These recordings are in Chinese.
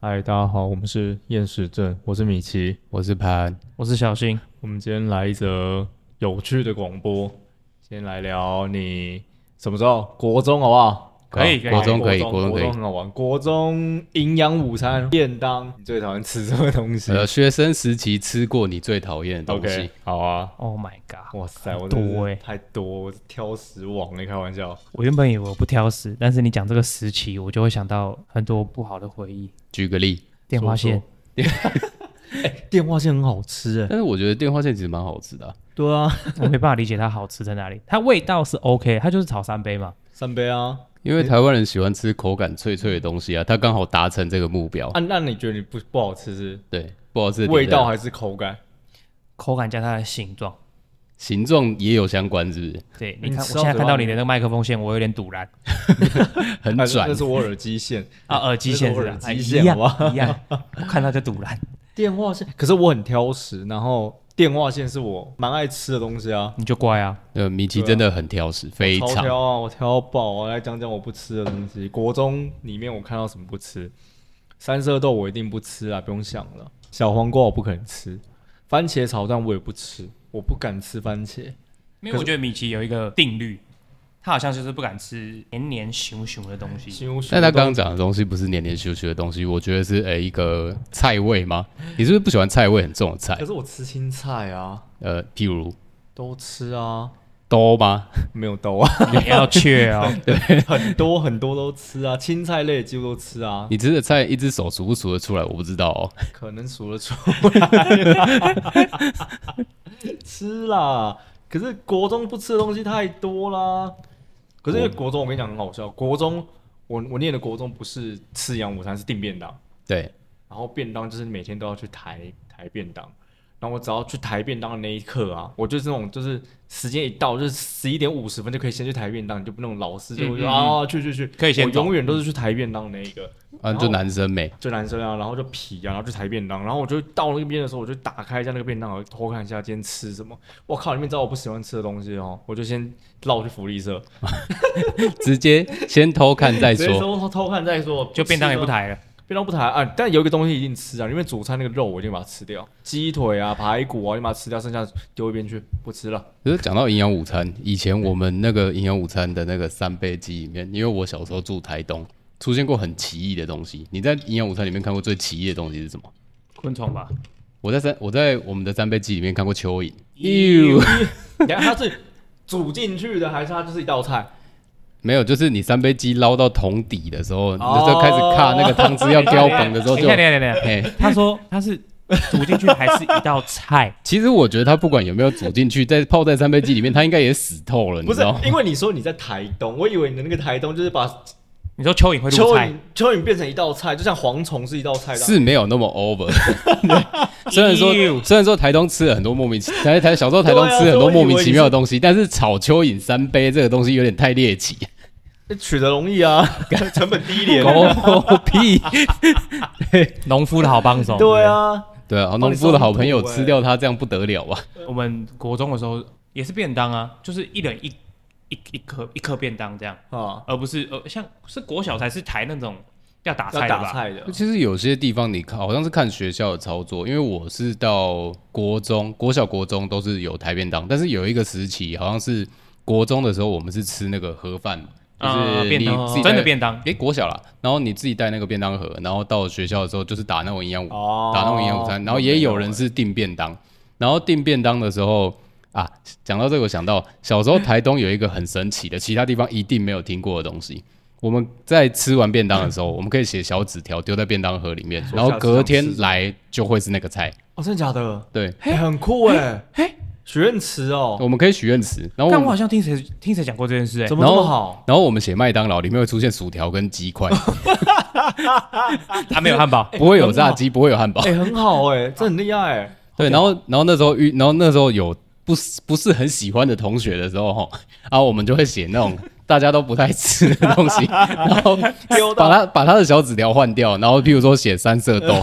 嗨，大家好，我们是厌食症，我是米奇，我是潘，我是小新。我们今天来一则有趣的广播，先来聊你什么时候国中好不好？可以可以国中可以，国国中可以很。好玩。国中营养午餐、便当，你最讨厌吃什么东西呃，学生时期吃过你最讨厌的东西？OK，好啊。 Oh my god！哇塞，我很真的多是哎、太多，我是挑食王欸，开玩笑。我原本以为我不挑食，但是你讲这个时期，我就会想到很多不好的回忆。举个例，电话线说，电话线很好吃哎、但是我觉得电话线其实蛮好吃的啊、对啊，我没办法理解它好吃在哪里。它味道是 OK，它就是炒三杯嘛。三杯啊。因为台湾人喜欢吃口感脆脆的东西啊，他刚好达成这个目标。啊，那你觉得你不不好吃是对，不好吃的点味道在哪还是口感？口感加它的形状，形状也有相关，是不是？对，你你看我吃到现在嘴看到巴你里的那个麦克风线，我有点堵然很啊转那是我耳机线。啊，耳机那线是是我吧耳？哎机一线样好不好一样，我看它就堵 然。电话线，可是我很挑食，然后电话线是我蛮爱吃的东西啊，你就乖啊，呃，米奇真的很挑食，非超常挑啊，我挑爆啊！来讲讲我不吃的东西，国中里面我看到什么不吃，三色豆我一定不吃啊，不用想了，小黄瓜我不可能吃，番茄炒蛋我也不吃，我不敢吃番茄。嗯因可为是我觉得米奇有一个定律，他好像就是不敢吃黏黏熊熊的东西。新屋但他刚刚讲的东西不是黏黏羞羞的东西，我觉得是呃一个菜味吗？你是不是不喜欢菜味很重的菜可？是我吃青菜啊，呃，譬如都吃啊，刀吗？没有都啊， 你要确哦，啊很多很多都吃啊，青菜类几乎都吃啊，你吃的菜一只手数不数得出来？我不知道哦。可能数得出来，吃啦。可是国中不吃的东西太多啦。可是因为国中，我跟你讲很好笑，国中我我念的国中不是吃营养午餐，是订便当，对，然后便当就是每天都要去抬抬便当。然后我只要去抬便当的那一刻啊，我就是那种就是时间一到，就是十一点五十分就可以先去抬便当，你就不那种老师就会说、嗯嗯嗯啊去去去，可以先我走嗯永远都是去抬便当的那一个。啊，然后就男生没就男生啊，然后就皮啊，然后就抬便当，然后我就到那边的时候，我就打开一下那个便当盒，偷看一下今天吃什么。我靠，你们知道我不喜欢吃的东西哦，我就先绕去福利社，直接先偷看再直接说。偷偷看再说。就便当也不吃了，啊抬了。便当不抬啊，但有一个东西一定吃啊，因为主餐那个肉我一定把它吃掉，鸡腿啊、排骨啊，一定把它吃掉，剩下丢一边去，不吃了。可是讲到营养午餐，以前我们那个营养午餐的那个三杯鸡里面，因为我小时候住台东，出现过很奇异的东西。你在营养午餐里面看过最奇异的东西是什么？昆虫吧，我在三我在我们的三杯鸡里面看过蚯蚓。哟， 你看它是煮进去的，还是它就是一道菜？没有，就是你三杯鸡捞到桶底的时候，你哦那时候开始看那个汤汁要浇崩的时候 等就一下，等一，下，等一下。哎，，他说他是煮进去还是一道 菜其实我觉得它不管有没有煮进去，在泡在三杯鸡里面，它应该也死透了，你不知是道吗？，因为你说你在台东，我以为你的那个台东就是把你说蚯蚓会入蚯菜蚓，蚯蚓变成一道菜，就像蝗虫是一道菜。是没有那么 over。虽然说 Ew 虽然说台东吃了很多莫名其台台小时候台啊东吃了很多莫名其妙的东西，但是炒蚯蚓三杯这个东西有点太猎奇， 取得容易 啊，成本低 廉。狗屁。农夫的好帮手。对啊， 对啊，农夫的好朋友吃掉它，这样不得了啊！对不对，我们国中的时候也是便当啊，就是一人一一一颗一颗便当这样，啊，而不是呃像是国小才是抬那种要打要菜的打吧？菜的，其实有些地方你看好像是看学校的操作，因为我是到国中、国小、国中都是有台便当，但是有一个时期好像是国中的时候，我们是吃那个盒饭，就啊是便你当自己真在的便当，诶，国小啦，然后你自己带那个便当盒，然后到学校的时候就是打那种营养午，哦打那种营养午餐，然后也有人是订便当，然后订便当的时候啊，讲到这个，我想到小时候台东有一个很神奇的，其他地方一定没有听过的东西。我们在吃完便当的时候，我们可以写小纸条丢在便当盒里面，嗯说然后下次隔想吃天什来就会是那个菜。哦，真的假的？对，哎，很酷哎，嘿，许愿池哦，我们可以许愿吃，然后我但我好们像听谁听谁讲过这件事哎怎，么这么好？然后我们写麦当劳里面会出现薯条跟鸡块，啊他没有汉 堡，不会有炸鸡，不会有汉堡。哎，很好哎，这很厉害哎，对，然后然后那时候遇，然后那时候有不是不是很喜欢的同学的时候，哈，然后我们就会写那种 大家都不太吃的 东西，然后丢把到他把他的小纸条换掉，然后譬如说写三色豆，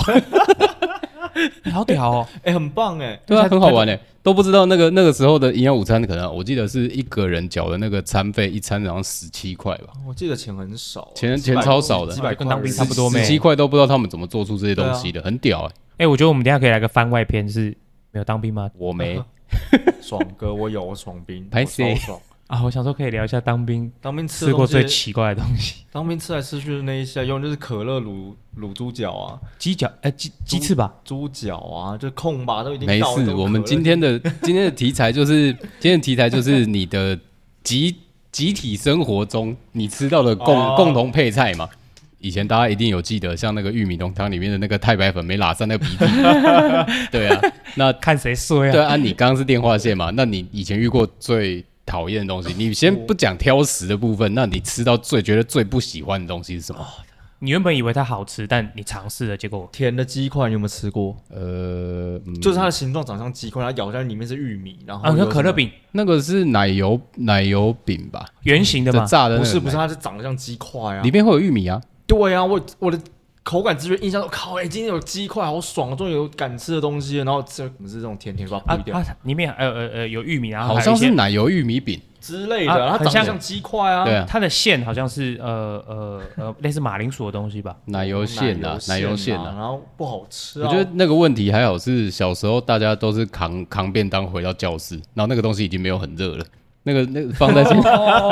好屌哦！哎、很棒哎、对因啊，为它很好玩诶，都不知道那个那个时候的营养午餐，可能我记得是一个人缴的那个餐费，一餐好像十七块吧，我记得钱很少啊、钱几百钱超少的几百块跟当兵差不多十妹七块都不知道他们怎么做出这些东西的，很屌诶。欸哎，我觉得我们等一下可以来个番外篇，是没有当兵吗？我 没爽哥，我有我爽兵，拍我谁超爽。啊，我想说可以聊一下当兵当兵吃的吃过东西最奇怪的东西，当兵吃来吃去的那一些，用的就是可乐卤卤猪脚啊、鸡脚，哎，鸡鸡翅吧，猪脚啊，就空吧都已经没倒了事，都我们可乐今天的今天的题材就是今天的题材就是你的集集体生活中你吃到的共、哦共同配菜嘛。以前大家一定有记得，像那个玉米浓汤里面的那个太白粉没拉上那个鼻 涕， 对啊，那看谁衰对啊！啊，你刚刚是电话线嘛？那你以前遇过最讨厌的东西，你先不讲挑食的部分，那你吃到最觉得最不喜欢的东西是什么？你原本以为它好吃，但你尝试了，结果甜的鸡块，你有没有吃过？呃，嗯就是它的形状长像鸡块，它咬下去里面是玉米，然后啊，有你什说么可乐，饼那个是奶油奶油饼吧？圆形的就嘛，炸的那不个是不是，奶，它是长得像鸡块啊里。面会有玉米啊。对啊，我我的口感直觉印象，靠，哎、今天有鸡块，好爽，终于有敢吃的东西了。然后这可能是这种甜甜吧，啊不一，定它里面呃呃呃有玉米，然后好还有像一些是奶油玉米饼，之类的，它长啊得很像像鸡块啊。对啊，它的馅好像是呃呃呃类似马铃薯的东西吧？奶油馅哦啊，奶油馅啊。然后不好吃我啊。觉得那个问题还好是小时候大家都是扛扛便当回到教室，然后那个东西已经没有很热了。那个那个放在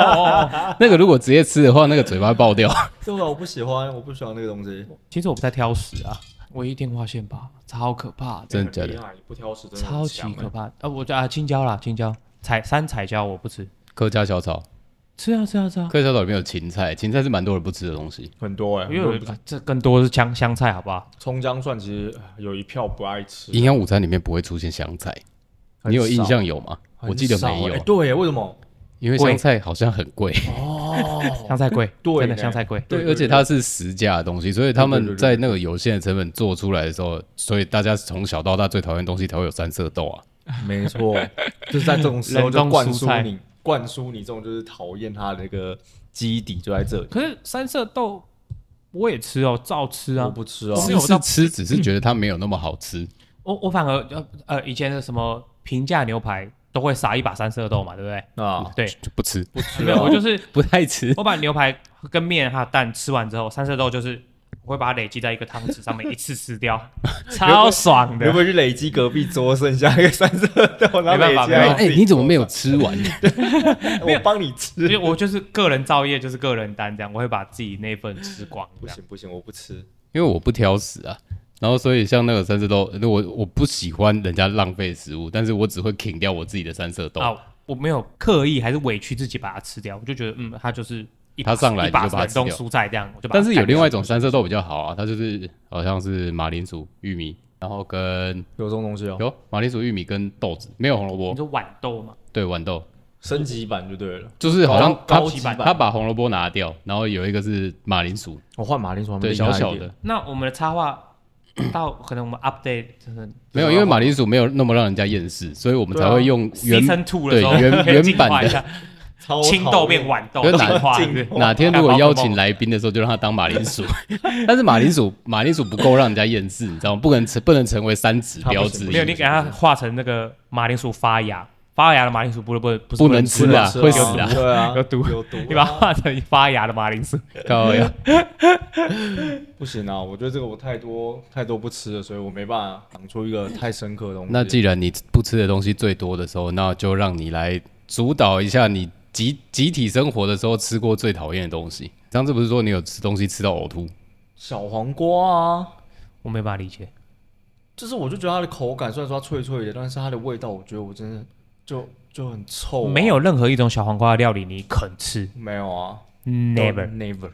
那个如果直接吃的话，那个嘴巴会爆掉。对啊，我不喜欢，我不喜欢那个东西。其实我不太挑食啊，唯一电话线吧，超可怕的，真的假的？的？不挑食，真的超级可怕。啊，我啊青椒啦，青椒彩山彩椒我不吃，客家小炒，吃啊吃啊吃啊，客家小炒里面有芹菜，芹菜是蛮多人不吃的东西。很多哎、因为我啊这更多是香香菜，好不好？葱姜蒜其实呃有一票不爱吃，营养午餐里面不会出现香菜，你有印象有吗？很少？我记得很少没有，哎对，为什么？因为贵香菜好像很贵。哦， 香菜贵，对真的呢香菜贵。对对，对而且它是实价的东西，所以他对对们对对在那个有限的成本做出来的时候，所以大家从小到大最讨厌的东西才会有三色豆啊。 没错，就是在这种时候冷就冻灌蔬输菜你，灌输你这种就是讨厌它的那个基底就在这里。可是三色豆我也吃哦，照吃我啊。不吃哦是，不有是到吃，只是觉得它没有那么好吃。嗯我我反而呃呃以前的什么平价牛排都会撒一把三色豆嘛，对不对？啊，对，就不吃，不吃哦没有我就是不太吃。我把牛排跟面还有蛋吃完之后，三色豆就是我会把它累积在一个汤匙上面，一次吃 掉，超爽你会的不。会去累积隔壁桌剩下一个三色豆，然后没办累法积来没办法啊自哎，己你怎么没有吃完？做？我帮你吃因。为我就是个人造业，就是个人单这样，我会把自己那份吃光不这样。行不行，我不吃。因为我不挑食啊。然后所以像那个三色豆，我我不喜欢人家浪费食物，但是我只会啃掉我自己的三色豆。啊，我没有刻意还是委屈自己把它吃掉，我就觉得嗯，它就是一它上来一把你就把它冷吃掉冻蔬菜这样，我就把它但是有干掉另外一种三色豆比较好啊，它就是好像是马铃薯、玉米，然后跟有这种东西哦，有马铃薯、玉米跟豆子，没有红萝你卜，说豌豆嘛，对，豌豆，升级版就对了。就是好像高它高级版它把红萝卜拿掉，然后有一个是马铃薯，我换马铃薯，对，小小的，那我们的插画到可能我们 update 就是没有，因为马铃薯没有那么让人家厌世，所以我们才会用原 season two 的对时候原可以进原版化一的下超青豆变豌豆可是哪进化，对进不 对？哪天如果邀请来宾的时候，就让他当马铃 薯。但是马铃薯，马铃薯不够让人家厌世，你知道吗？不能成不能成为三指标它不志，行没有，你给它画成那个马铃薯发芽，发芽的马铃薯不是不是不是不能吃啊不会能吃死啊对啊，有毒有毒啊，你把它画成发芽的马铃薯，高呀。不行啊！我觉得这个我太多太多不吃了，所以我没办法讲出一个太深刻的东西。那既然你不吃的东西最多的时候，那就让你来主导一下你集集体生活的时候吃过最讨厌的东西。上次不是说你有吃东西吃到呕吐？小黄瓜啊，我没办法理解。就是我就觉得它的口感虽然说它脆脆的，但是它的味道，我觉得我真的就就很臭、啊没，有任何一种小黄瓜的料理你肯吃没有啊，never。 never，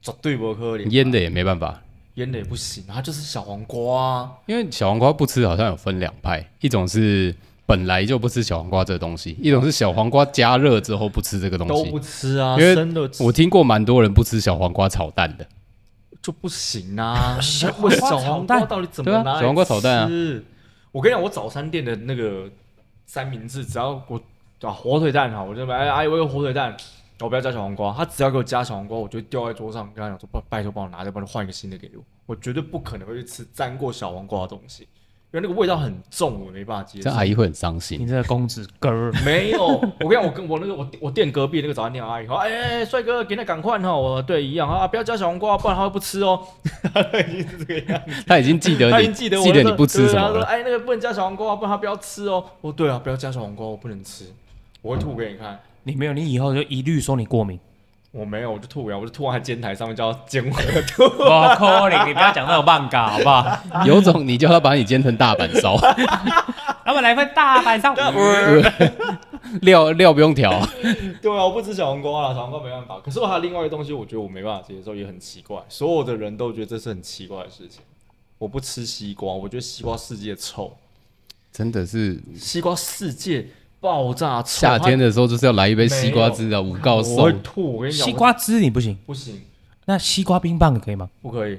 绝对不可能。腌的也没办法，腌的也不行，啊它就是小黄瓜、啊。因为小黄瓜不吃好像有分两派，一种是本来就不吃小黄瓜这个东西，一种是小黄瓜加热之后不吃这个东都西不。吃啊，因为生的我听过蛮多人不吃小黄瓜炒蛋的。就不行啊！小黄 为瓜小黄瓜炒蛋到底怎么对啊拿来小黄瓜炒蛋啊吃我跟你讲，我早餐店的那个三明治，只要我啊火腿蛋哈，我就买哎阿姨我有火腿蛋，我不要加小黄瓜。他只要给我加小黄瓜，我就掉在桌上，跟他讲说拜拜托帮我拿掉，帮我换一个新的给我。我绝对不可能会去吃沾过小黄瓜的东西。因为那个味道很重，我没办法接这受样。阿姨会很伤你心。这个公子哥儿，没有，我跟你讲，我跟我那个我我店隔壁那个早餐店阿姨，说，哎、哎帅哥，给你赶快哈，我对一样啊，不要加小黄瓜，不然他会不吃 哦。他已经是这个样子，他已经记得他已你经记得我记得那你个不吃对什么他说了，哎、那个不能加小黄瓜，不然他不要吃哦。我对啊，不要加小黄瓜，我不能吃，我会吐给你看。你没有，你以后就一律说你过敏。我没有，我就吐呀，我就吐到他煎台上面，叫他煎我的吐。我靠你，你不要讲那种漫嘎好不好？啊有种你就要把你煎成大阪烧， 那么来份大阪烧，料料不用调。对啊，我不吃小黄瓜啦，小黄瓜没办法。可是我还有另外一个东西，我觉得我没办法接受，也很奇怪，所有的人都觉得这是很奇怪的事情。我不吃西瓜，我觉得西瓜世界臭，真的是西瓜世界爆炸臭。夏天的时候就是要来一杯西瓜汁啊，五告它我会送。吐，我跟你讲，西瓜汁你不行，我不行，那西瓜冰棒可以吗？不可以。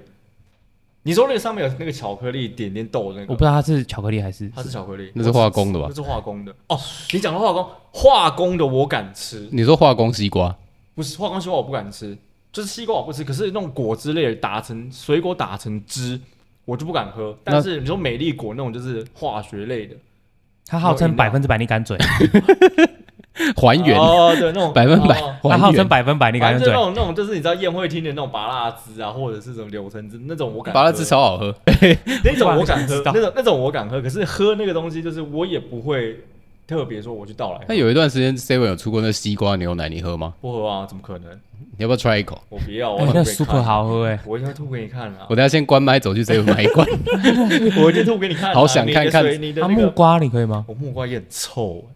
你说那个上面有那个巧克力点点豆的那我个不，知道它是巧克力还是它是巧克力，那是化工的吧那是化工的哦。你讲到化工，化工的我敢吃，你说化工西瓜，不是化工西瓜我不敢吃，就是西瓜我不吃，可是那种果汁类的打成水果打成汁，我就不敢喝。那但是你说美丽果那种就是化学类的，它号有称饮料百分之百你敢 嘴，还原哦，对，那种 百分百哦它还号原称。百分百你反敢正就嘴那，种那种就是你知道宴会厅的那种拔辣汁啊，或者是什么柳橙汁那种我敢喝，拔辣汁超好喝，那种我敢喝知，道那种那种我敢喝。可是喝那个东西就是我也不会特别说我去倒来喝，那有一段时间 Seven 有出过那西瓜牛奶，你喝吗？不喝啊，怎么可能？你要不要 try 一口？我不要，我哎要那吐给你 super 看，好喝哎，我一定会吐给你看啊我，等下先关麦走去 Seven 买一罐。我一定吐给你看啊。好想看看你的水你的啊那木个，瓜你可以吗？我木瓜也很臭欸。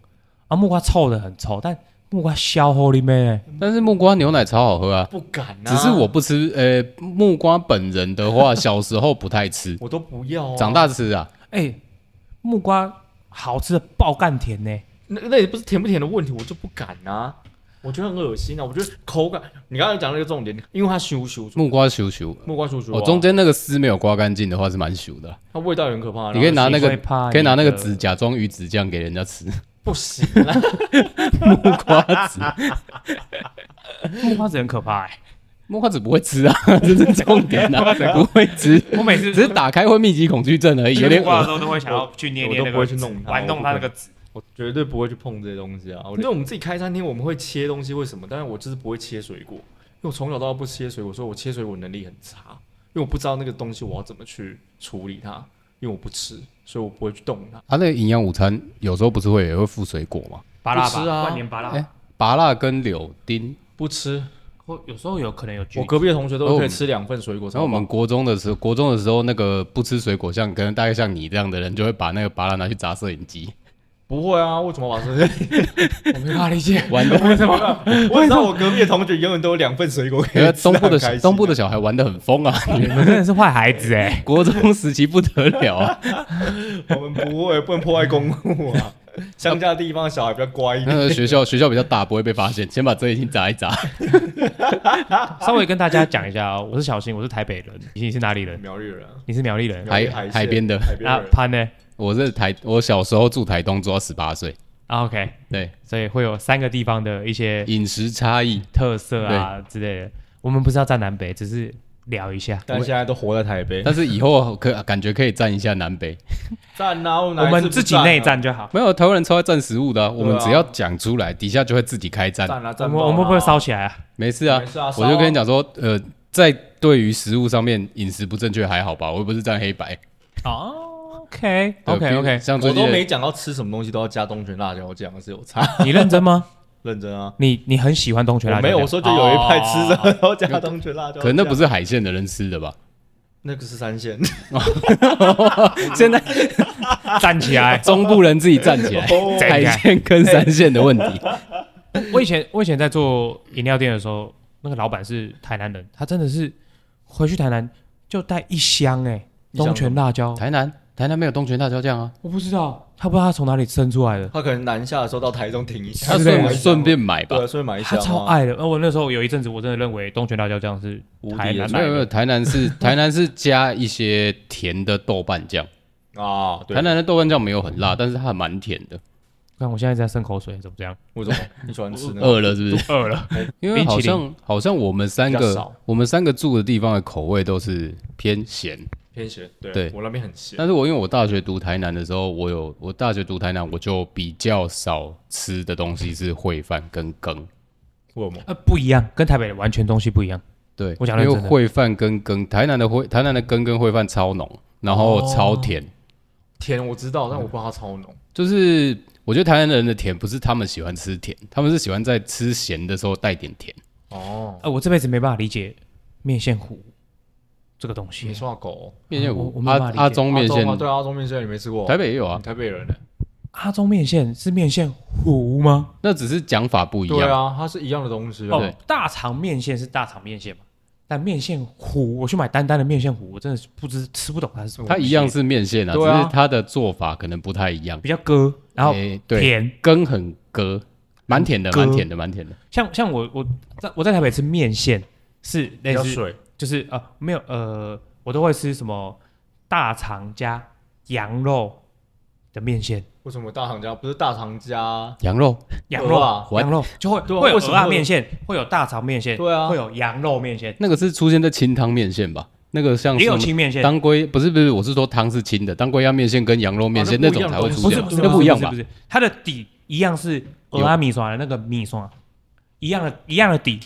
啊木瓜臭的很臭，但木瓜消后里面但是木瓜牛奶超好喝啊，不敢啊，只是我不吃。呃，木瓜本人的话，小时候不太吃，我都不要、啊。长大吃啊。哎木瓜好吃的爆干甜呢，那那也不是甜不甜的问题，我就不敢啊，我觉得很恶心啊，我觉得口感。你刚才讲那个重点，因为它咻咻木瓜咻咻，木瓜咻咻、啊，哦，中间那个丝没有刮干净的话是蛮咻的啊。它味道也很可怕。你可以拿那谁会个怕，可以拿那个你的纸假装鱼子酱给人家吃， 不行啦，木瓜籽，木瓜籽很可怕哎，木瓜籽不会吃啊，这是重点啊，不会吃，我每次只是打开会密集恐惧症而已，有点吃木瓜的恶时候都会想要去捏捏我那都不会个去籽弄它玩弄它我那不个会籽， 我绝对不会去碰这些东西啊。我因为我们自己开餐厅，我们会切东西，为什么？但是我就是不会切水果，因为我从小到大不切水果，所以我切水果能力很差，因为我不知道那个东西我要怎么去处理它，因为我不吃，所以我不会去动它。他啊那个营养午餐有时候不是会也会附水果吗？拔辣不吃啊吧，万年拔哎、辣，拔辣跟柳丁。不吃，或有时候有可能有我橘，隔壁的同学哦都可以吃两份水果，然后我们国中的时候，国中的时候，那个不吃水果，像可能大概像你这样的人，就会把那个拔辣拿去砸摄影 机，不会啊，为什么把这些？我没办法理解，玩的。 为什么？我知道我隔壁的同学永远都有两份水果可 因为以吃， 东部很开心的啊东部的小孩玩的很 疯啊， 你们真的是坏孩子哎。国中时期不得了啊。 我们不会，不能破坏公物 啊。乡下地方小孩比较乖一那点，个学校学校比较大，不会被发现，先把这一斤砸一砸。 稍微跟大家讲一下哦，我是小新，我是台北人，你是哪里人？苗栗人啊，你是苗栗人苗栗嗯海县海边的海边啊人？，潘呢我是台，我小时候住台东，住到十八岁。啊？OK，对，所以会有三个地方的一些饮食差异，特色啊之类的。我们不是要站南北，只是聊一下。但现在都活在台北，但是以后可感觉可以站一下南北。站啊！我我们自己内站战就好。没有台湾人超爱站食物的啊、我们对啊只要讲出来，底下就会自己开啊，战。站啊，我站们爆啊我们会不会烧？起来啊？没事啊，没事啊我烧就啊跟你讲说，呃，在对于食物上面饮食不正确还好吧，我又不是站黑白。哦，OK 对 OK 比 OK，像我最近都的没讲到吃什么东西都要加东泉辣椒酱，是有 差。你认真吗？认真啊，你你很喜欢东泉我辣椒没酱？有，我说就有一派吃哦什么都加东泉辣椒酱，可能那不是海鲜的人吃 的吧？那个是三线，现在。站起来 中部人自己站 起来，哦站海起来鲜跟三线的问题。我以前我以前在做饮料店的时候，那个老板是台南人，他真的是回去台南就带一箱哎一箱东泉辣椒，台南台南没有东泉辣椒酱啊，我不知道，他不知道他从哪里生出来的，他可能南下的时候到台中停一下，他是的顺顺便买吧对，。顺便买一下他嘛。超啊爱的。而我那时候有一阵子，我真的认为东泉辣椒酱是无敌的台南没来有没有，的。台南是 台南是加一些甜的豆瓣酱，啊，对台南的豆瓣酱没有很辣，但是它还蛮甜的。看我现在在渗口水，怎么这样？为什么你喜欢吃那 个？饿了是不是？饿了， 因为好冰淇像好像我们三比较个少我们三个住的地方的口味都是偏咸，偏咸，对对我那边很咸。但是我因为我大学读台南的时候，我有我大学读台南，我就比较少吃的东西是烩饭跟羹。为什么？呃，不一样，跟台北的完全东西不一样。对，我讲因认为真的烩饭跟羹，台南的烩台南的羹跟烩饭超浓，然后哦超甜，甜我知道，但我不知道它超浓。就是我觉得台南人的甜不是他们喜欢吃甜，他们是喜欢在吃咸的时候带点甜。哦，呃，我这辈子没办法理解面线糊这个东你西。说到狗，面线哦我我糊没阿办法理解阿中面阿线中啊，对啊阿中面线你没吃过？台北也有啊，啊你，台北人呢？阿中面线是面线糊吗？那只是讲法不一对样。啊，它是一样的东西啊。哦，大肠面线是大肠面线嘛？但面线糊，我去买丹丹的面线糊，我真的是不知吃不懂它是什么。它一样是面线啊，只对啊是它的做法可能不太一样。比较割，然后诶哎对甜。羹很割，蛮甜的，割蛮甜的，蛮甜的。像像我我在我在台北吃面线是类要似水就是呃没有呃，我都会吃什么大肠加羊肉的面线，为什么大肠家不是大肠家？羊肉羊鹅肉、啊羊肉就会、对啊会有为什鹅么啊会有面线，会有大肠面线，对啊会有羊肉面线，那个是出现在清汤面线吧？那个像也有什么清面线，当归，不是不是，我是说汤是清的，当归鸭面线跟羊肉面线、啊那那不一种样才会的出不现是东吧，不是那不一样是吧不？是，它的底一样是鹅啊米刷的那个米刷，一样的一样的底，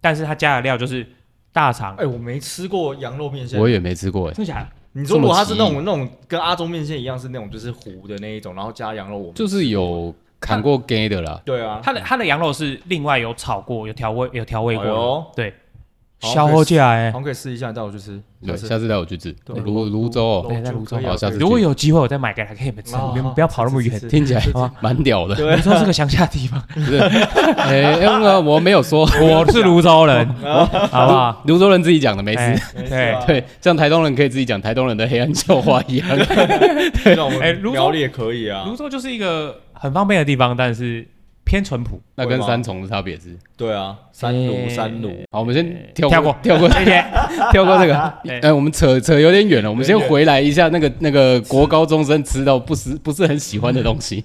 但是它加的料就是大肠，哎，我没吃过羊肉面线我。也没吃过哎、真的假的？你说如果它是这那么种奇那种跟阿中面线一样是那种就是糊的那一种，然后加羊肉，我们就是有砍过 gay 的啦，对啊，它的它的羊肉是另外有炒过，有调味有调味过哎的，呦对，好消化欸起来好。像可以试一下，带我去吃。对，下次下次带我去吃对泸泸州哦，对在泸州可以啊好下次可以去如果有机会，我再买给他给你们吃，啊你们不要跑那么远是。是听起来是是好蛮屌的。对你说是个乡下地 方，不是， 哎、那个我没有说，啊我是泸 州人，好不好？泸州人自己讲的，没事。哎哦没事对啊对，像台东人可以自己讲台东人的黑暗笑话一 样。那我哎们泸州苗栗也可以啊泸。州就是一个很方便的地方，但是偏淳朴。 那跟三重的差别是，对啊，三哎炉三炉，好，我们先跳跳过跳过谢谢。 跳过这个， 哎哎、我们扯扯有点远了，我们先有点远回来一下那个那个国高中生吃到不是不是很喜欢的东 西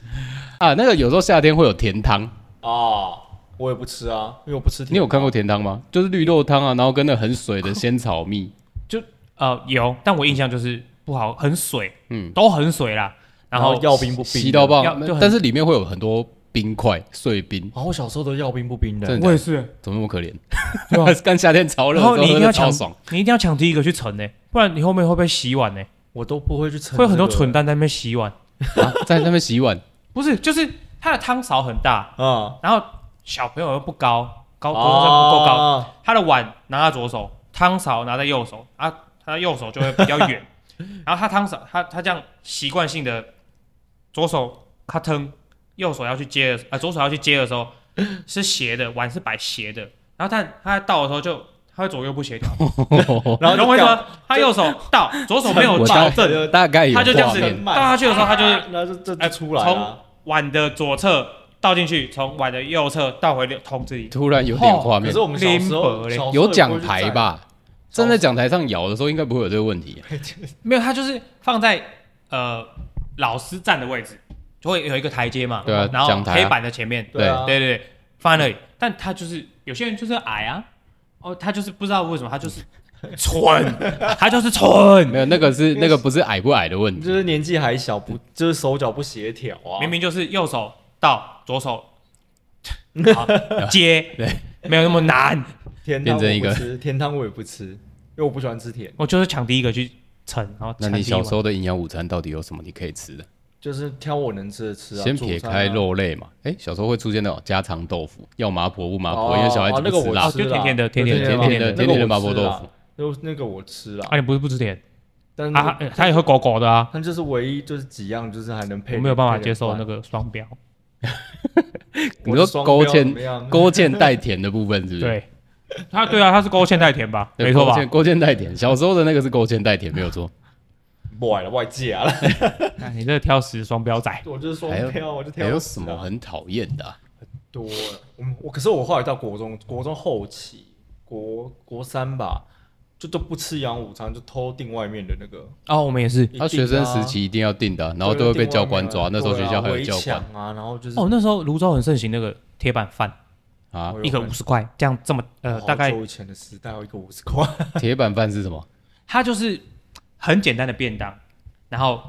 啊，那个有时候夏天会有甜汤，啊，我也不吃啊，因为我不吃甜。你有看过甜汤吗？就是绿豆汤啊，然后跟那很水的鲜草 蜜，呃，有，但我印象就是不好，很水，嗯，都很水啦。然后要冰不冰的，吸到爆要就，很但是里面会有很多冰块碎冰，啊！我小时候都要冰不冰的真，的假的是，怎么那么可怜对啊？ 干夏天超热然的时候后你一定要喝抢超爽，，你一定要抢第一个去盛呢，不然你后面会被洗碗呢，我都不会去盛。会有很多蠢蛋在那边洗碗。啊在那边 洗碗，不是，就是它的汤勺很大，啊，然后小朋友又不高，哦高高中生不够高，啊，他的碗拿在左手，汤勺拿在右手，啊，他的右手就会比较远，然后他汤勺，他他这样习惯性的左手咔腾，右手要去接的，啊、左手要去接的时候是斜的，碗是摆斜的，然后但他倒的时候就他会左右不协调，然后你懂就我意思掉吗？他右手倒，左手 没有我大倒正，大概有他就这样画子面，倒下去的时候，他就是那这这哎就出来了。碗的左侧倒进去，从碗的右侧倒回桶子里。突然有点画可面是，我们小时林候伯嘞有讲台？吧？超站在讲台上摇的时候，应该不会有这个问题。没有，它就是放在呃老师站的位置，就会有一个台阶嘛，对啊哦然后讲台啊黑板的前面，对啊，对对对，放在那里。但他就是有些人就是矮啊，哦，他就是不知道为什么，他就是 蠢，他就是蠢，没有，那个是那个不是矮不矮的问就题，是年纪还小，不就是手脚不协调啊？明明就是右手到左手 好接，没有那么难，甜汤我不吃，甜汤我也不吃，因为我不喜欢吃甜，我就是抢第一个去盛，然后那抢你第一小时碗。候的营养午餐到底有什么你可以吃的？就是挑我能吃的吃啊。先撇开主餐啊，肉类嘛，哎，小时候会出现那种家常豆腐，要麻婆不麻婆，哦因为小孩哦子那个不吃我辣哦，吃就啦甜甜的甜对甜甜的啊甜甜的那甜个我甜的麻婆吃豆啦腐，就那个我吃啦啊，，你不是不吃甜但是啊？他也会狗狗的啊，它就是唯一就是几样就是还能配，我没有办法接受那个双标。你说勾芡芡 勾芡带甜的部分是不是？对，他对啊，他是勾芡带甜吧？对，没错吧勾？芡勾芡带甜，小时候的那个是勾芡带甜，没有错。外了外界啊， 看哎你这挑食双标仔，我就是说还有挑，我就挑还有我吃什么啊很讨厌的啊？多了。我们我可是我后来到国中，国中后期，国国三吧，就都不吃营养午餐，就偷订外面的那个。哦，我们也是。他哎学生时期一定要定的啊，然后都会被教官抓。啊那时候学校还有教官官啊，然后就是哦，那时候泸州很盛行那个铁板饭，啊，哦我有一个看五十块，这样这么呃，好大概久以前的时代，有一个五十块，啊铁板饭是什么？它就是很简单的便当，然后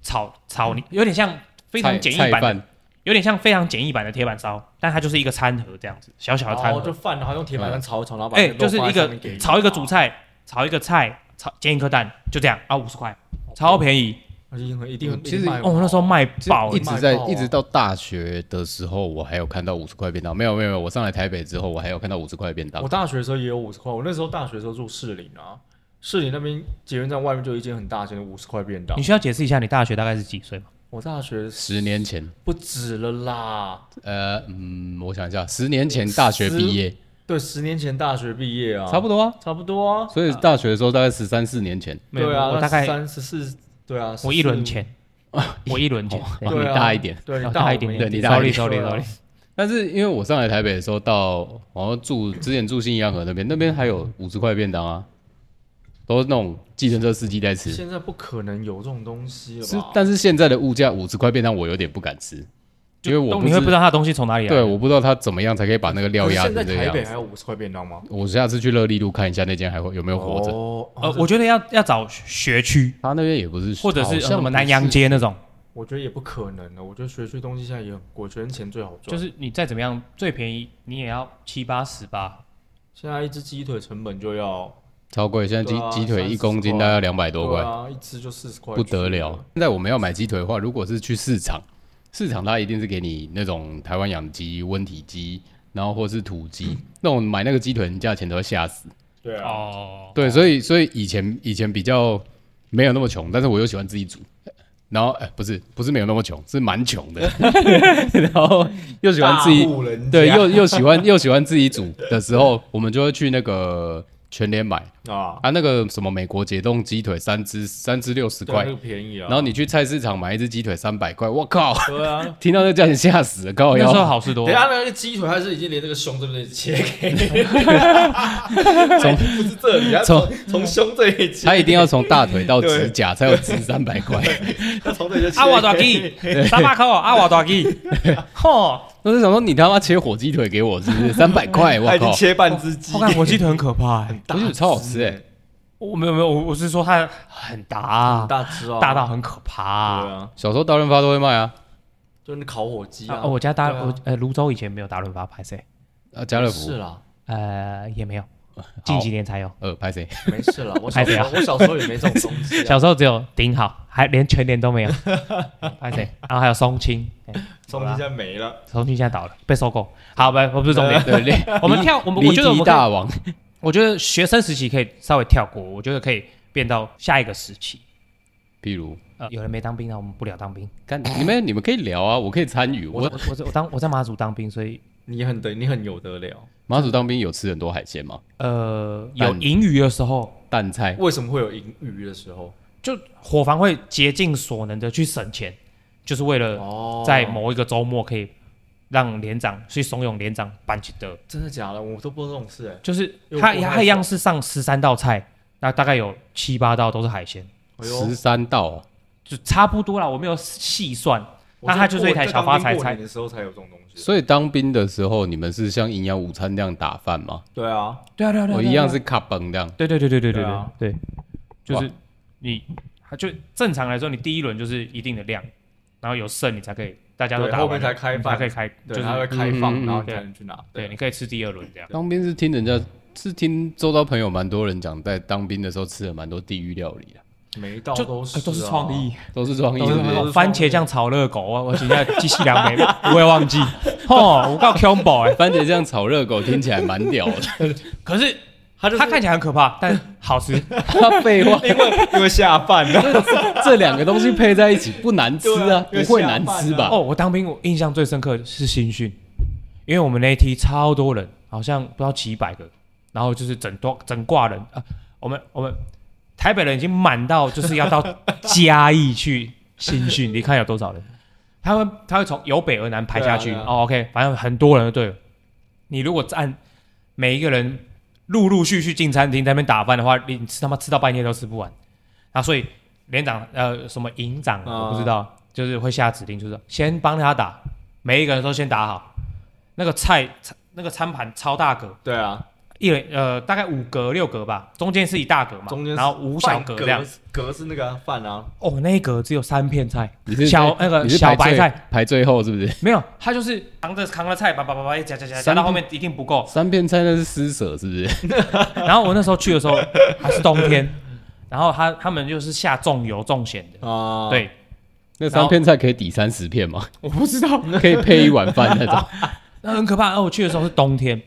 炒炒嗯你有点像非常菜简易菜版的，饭有点像非常简易版的铁板烧，但它就是一个餐盒这样子，小小的然餐后哦就盒，饭，然后用铁啊板上炒一炒，然后把哎、那就是肉放一在上面给个你哦炒一个主，菜，炒一个菜，炒煎一颗蛋，就这样啊，五十块，超便宜。而且一定会一定会其实卖哦，那时候卖其实爆一了，直在卖爆啊一直到大学的时候，我还有看到五十块便当。没有没有没有，我上来台北之后，我还有看到五十块便当我。大学的时候也有五十块，我那时候大学的时候住士林啊，士林那边捷运站外面就有一间很大间的五十块便当你。需要解释一下你大学大概是几岁吗？我大学十年前，不止了啦，呃嗯，我想一下，十年前大学毕业，对，十年前大学毕业啊，差不多啊。差不多啊，所以大学的时候大概十三四年前，没有对啊，我大概三十四，对啊，我一轮14，前，我一轮前，哇对你啊，大一点，对哦你大大一我点们点对你大一 sorry 点 sorry 对啊 sorry，但是因为我上来台北的时候到，好像住之前住新阳河那边，那边还有五十块便当啊，都是那种计程车司机在吃。现在不可能有这种东西了是吧，？但是现在的物价五十块便当，我有点不敢吃，因为我你会不知道，道它的东西从哪里来。对，我不知道他怎么样才可以把那个料可是压现在成这个台样北子。还有五十块便当吗？我下次去乐利路看一下那间还会有没有活着。哦，呃哦，我觉得要要找学区，他那边也不是，或者好是呃像什么南洋不是街那种，我觉得也不可能的。我觉得学区东西现在也很贵，学生钱最好赚。就是你再怎么样最便宜，你也要七八十吧。现在一只鸡腿成本就要超贵，现在鸡对啊鸡腿一公斤30大概两百多对块，啊，一只就四十块，不得了。。现在我们要买鸡腿的话，如果是去市场，市场它一定是给你那种台湾养鸡、温体鸡，然后或是土鸡，那种买那个鸡腿，你价钱都要吓死。对啊，哦，对，所以所以以前以前比较没有那么穷，但是我又喜欢自己煮。然后，哎、不是不是没有那么穷，是蛮穷的。然后又喜欢自己大户人家对，又又喜欢又喜欢自己煮的时候，我们就会去那个全联买啊，啊，那个什么美国解冻鸡腿三只三只六十对啊，块那，个便宜啊。然后你去菜市场买一只鸡腿三百块，我靠！对啊，听到那价钱吓死了，高那时候腰好事多等一，下那个鸡腿它是已经连这个胸这边切给你， 从不是这里，它从从从胸这里切，他一定要从大腿到指对甲才有值三百块。 哎它从这里就切。阿瓦多基，三百块，哦阿瓦多基，吼，我就想说，你他妈切火鸡腿给我是不是三百块？我 它已经靠！切半只鸡我，看火鸡腿很可怕 欸。我觉得超好吃哎、我没有没有，我我是说它很大啊，大只哦，大到很可怕对啊。啊，小时候大润发都会卖啊，就是那烤火鸡啊啊。哦，我家大对啊我呃泸州以前没有大润发拍谁，啊家乐福是，啦，呃也没有，近几年才有。呃，拍 谁？ 没事啦，我小时候我小时候也没这种东西啊。小时候只有顶好，还连全年都没有。拍谁？然后还有松青，哎中间现在没了，松青现在倒了，被收购。好，不，我不是重点。对，离 我们跳，我们离我觉得我题们可以大王我觉得学生时期可以稍微跳过，我觉得可以变到下一个时期。譬如，呃，有人没当兵啊，我们不聊当兵。看你们你们可以聊啊，我可以参与。我我我我我当我在马祖当兵，所以你很得，你很有得了。马祖当兵有吃很多海鲜吗？呃但有盈余的时候，淡菜为什么会有盈余的时候？就伙房会竭尽所能的去省钱，就是为了哦在某一个周末可以让连长去怂恿连长搬去的，真的假的？我都不知道这种事哎、就是又他不太他一样是上十三道菜，那大概有七八道都是海鲜，哎呦十三道哦，就差不多啦，我没有细算。我那它就是一台小发财过菜年的时候才有这种东西。所以当兵的时候，你们是像营养午餐那样打饭吗？哦对啊，对啊对啊我一样是卡崩这样，对对对对对对对啊对，就是你，就正常来说，你第一轮就是一定的量，然后有剩你才可以，大家都对打后面完了才开你饭可以开，就对，它会是开嗯嗯放，嗯然后你才能去拿。对，你可以吃第二轮这样。当兵是听人家是听周遭朋友蛮多人讲，在当兵的时候吃了蛮多地狱料理的，每一道就哦都是、啊呃都是创意，，都是装都意是是不都是？是番茄酱炒热狗，我我现在记起两枚， 我也忘 记。哦，我告 combo 哎，番茄酱炒热狗听起来蛮屌的， 可是它就是它看起来很可怕，但好吃。他废话，因为 因为下 饭啊的，这两个东西配在一起不难吃对啊啊，不会难吃吧？哦，我当兵我印象最深刻的是新训，因为我们那一梯超多人，好像不知道几百个，然后就是整多整挂人啊，我们我们台北人已经满到就是要到 嘉义去新训，你看有多少人？他会他会从由北而南排下去，对啊对啊哦，OK，反正很多人就对了。你如果按每一个人陆陆续续进餐厅在那边打饭的话，你吃他妈吃到半夜都吃不完。啊，所以连长呃什么营长、啊我不知道，就是会下指令，就是说先帮他打，每一个人都先打好。那个菜餐那个餐盘超大格，对啊，一人呃大概五格六格吧，中间是一大格嘛，中间然后五小格这样。，格是那个饭啊，哦，那一格只有三片菜你是，小那个你是小排白最菜，排最后是不是？没有，他就是扛着扛着菜，叭叭叭叭一夹夹夹，夹三到后面一定不够。三片菜那是施舍是不是？然后我那时候去的时候还是冬天，然后他他们就是下重油重咸的，啊，对，那然三后片菜可以抵三十片 吗？我不知道，可以配一碗饭那种。那很可怕。然哦后我去的时候是冬天，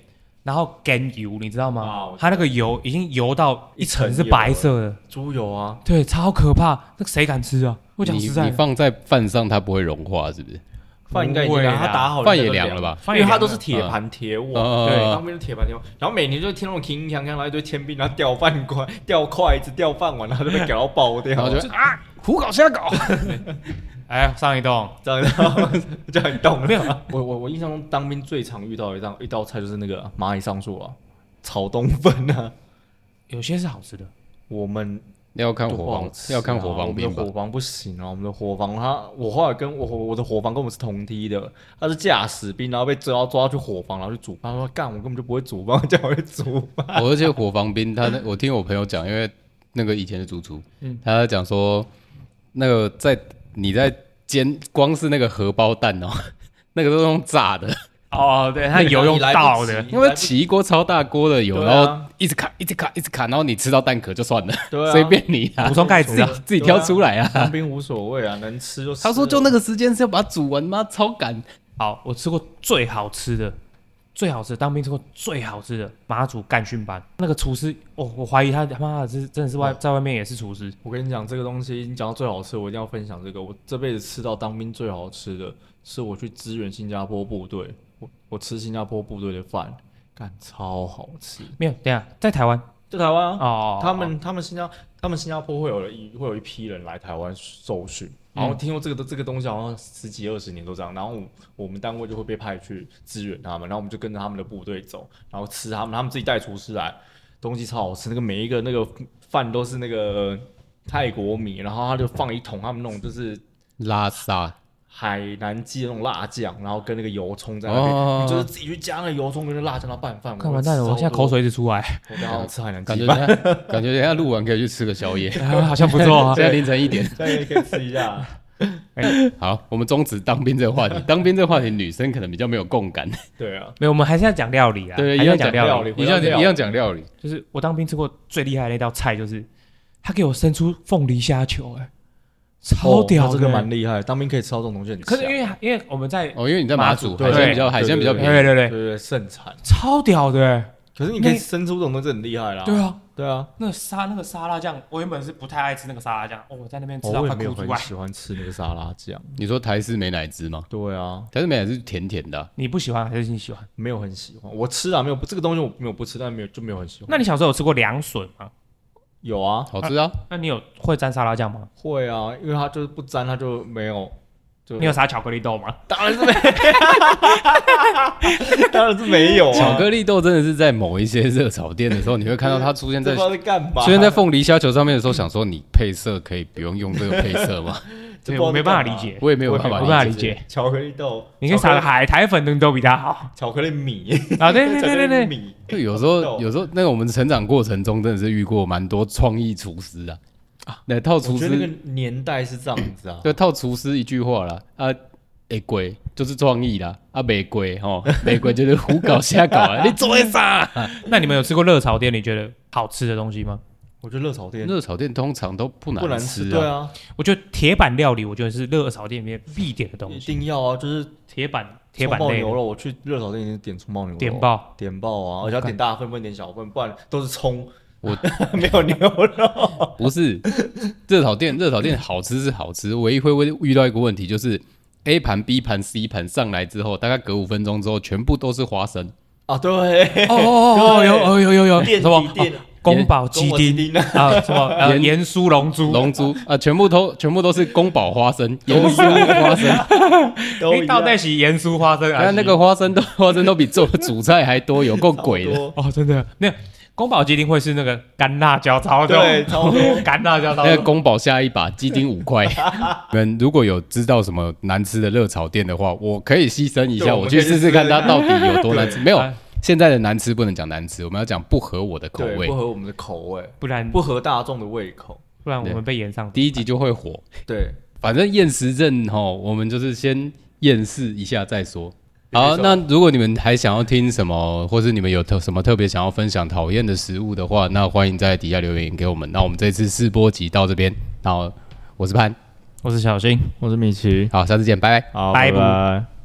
然后干油，你知道啊吗我？它那个油已经油到一层是白色的，猪油啊，对，超可怕，那谁敢吃啊？ 我讲你实在你的，放在饭上它不会融化是不是？饭应该已经不会凉，啦它打好饭应该也都凉了吧？因饭也为它凉都是了铁盘铁嗯碗，嗯对，嗯当面是铁盘铁碗，然后每年就听那种铿锵锵，然后一堆铅兵，然后掉饭锅、掉筷子、掉饭碗，然后就 被搞到爆掉，然后就啊，胡搞瞎搞，哎，上一栋这样，然后就很动。没有，我我我印象中当兵最常遇到一道一道菜就是那个蚂蚁上树啊，炒冬粉啊。有些是好吃的，我们要看就火不好房，吃要看啊火我房们兵的 吧伙。房不行啊，我们的伙房他，我后来跟我我的伙房跟我们是同梯的，他是驾驶兵，然后被抓抓去伙房，然后去煮饭。他说干，我根本就不会煮饭，叫我去煮饭。我而且火房兵他那，我听我朋友讲，因为那个以前的主厨，嗯他讲说，那个在你在煎，光是那个荷包蛋哦， 那个都是用炸的，哦，哎对，它油用倒的， 因为起一锅超大锅的油，对啊然后一直卡，一直卡，一直卡，然后你吃到蛋壳就算了，对啊随便你啊补，充钙质啊。自己挑出来啊。当兵无所谓啊，能吃就吃。他说就那个时间是要把它煮完吗？超赶，好，我吃过最好吃的，最好吃的当兵吃过最好吃的马祖干训班那个厨师，哦，我怀疑他他妈的是真的是哦外、在外面也是厨师，我跟你讲这个东西，你讲到最好吃，我一定要分享这个。我这辈子吃到当兵最好吃的是我去支援新加坡部队，我我吃新加坡部队的饭，干超好吃。没有，等一下在台湾在台湾啊哦，他们他们新加他们新加坡会有一会有一批人来台湾受训，嗯然后听说这个这个东西好像十几二十年都这样，然后我我们单位就会被派去支援他们，然后我们就跟着他们的部队走，然后吃他们他们自己带厨师来，东西超好吃，那个每一个那个饭都是那个泰国米，然后他就放一桶他们那种就是。拉萨海南鸡的那种辣酱，然后跟那个油葱在那边，哦你就是自己去加那个油葱跟那辣酱，然后拌饭。看完蛋了，我现在口，水一直 出来，我刚好吃海南感鸡觉饭，等下感觉等下录完可以去吃个宵夜，啊好像不错啊现。在凌晨一点。大家也可以吃一下。好，我们终止当兵这个话 题。当兵这个话题，女生可能比较没有共 感。对啊，没有，我们还是要讲料理啊，对，还一是要样讲料料理理。一样一样讲料理。就是我当兵吃过最厉害的那道菜，就是他给我生出凤梨虾球、哎，超哦屌那的、欸这个蛮厉害，当兵可以吃到这种东西很可是因香为因为我们在，哦，因为你在马祖，马祖海鲜对比较海鲜比较对便对宜。对对对，对对盛产，超屌的、哎可是你可以那生出这种东西很厉害啦。对啊，对啊，那个沙那个沙拉酱，我原本是不太爱吃那个沙拉酱，哦，我在那边吃哦到我快也没有哭出很来。喜欢吃那个沙拉酱。你说台式美乃滋吗？对啊，台式美乃滋是甜甜的啊，你不喜欢还是你喜欢？没有很喜欢。我吃啊，没有这个东西我没有不吃，但没有就没有很喜欢。那你小时候有吃过凉笋吗？有啊，好吃啊。那你有会沾沙拉酱吗？会啊，因为它就是不沾，它就没有。就你有撒巧克力豆吗？当然是 没，当然是没有啊。巧克力豆真的是在某一些热炒店的时候，你会看到它出现这在不知道在干嘛？出现在凤梨虾球上面的时候，想说你配色可以不用用这个配色 吗？这不知对，道我没办在法干理嘛解。我也没有办我法也没办法理理解。解。巧克力豆，你可以撒 个海苔粉等都比它好巧克力米，啊！ 对对巧克 力对对对，米，就有时候豆有时候那个我们成长过程中真的是遇过蛮多创意厨师啊，那套我厨觉得那师个年代是这样子啊。就套厨师一句话啦啊。会贵就是创意啦，啊玫瑰吼，玫瑰 就是胡搞瞎 搞啊，你做的啥？那你们有吃过热炒店？你觉得好吃的东西吗？我觉得热炒店热炒店通常都不不难难吃对啊，啊，我觉得铁板料理，我觉得是热炒店里面必点的东一西。定要啊，就是铁板铁板葱爆类牛的肉，我去热炒店已经点葱爆牛肉，点爆，点爆啊，而且要点大份，不能点小份，不然都是葱，我 没有牛肉。 不是热炒店，热炒店好吃是好吃，唯一会会遇到一个问题就是 A 盘、B 盘、C 盘上来之后，大概隔五分钟之后，全部都是花生，啊，对，哦哦哦，有哦有有有垫什么底垫哦宫保鸡宫保鸡丁丁啊，啊，什么呃盐盐酥龙珠龙珠啊，全部都全部都是宫保花生、 盐酥花 生，都诶哎到底是盐酥花生还那是那个花生都花生都比做主菜还多，有够鬼的。的。哦，真的没有宫保鸡丁会是那个干辣椒超多， 对超多干辣椒超那个多。宫保下一把鸡丁五 块。你们如果有知道什么难吃的热炒店的话，我可以牺牲一对下，我我们去可以试试看它到底有多难吃。没有哎，现在的难吃不能讲难吃，我们要讲不合我的口对，味不。合我们的口味，不然不合大众的胃口。不然我对们被延上。第一集就会火，对，反正厌食症吼，我们就是先厌世一下再说。也可以好，说那如果你们还想要听什么，或是你们有特什么特别想要分享讨厌的食物的话，那欢迎在底下留言给我们。那我们这次试播集到这边，然后我是潘，我是小新。我是米奇，好，下次见，拜拜。好，拜拜拜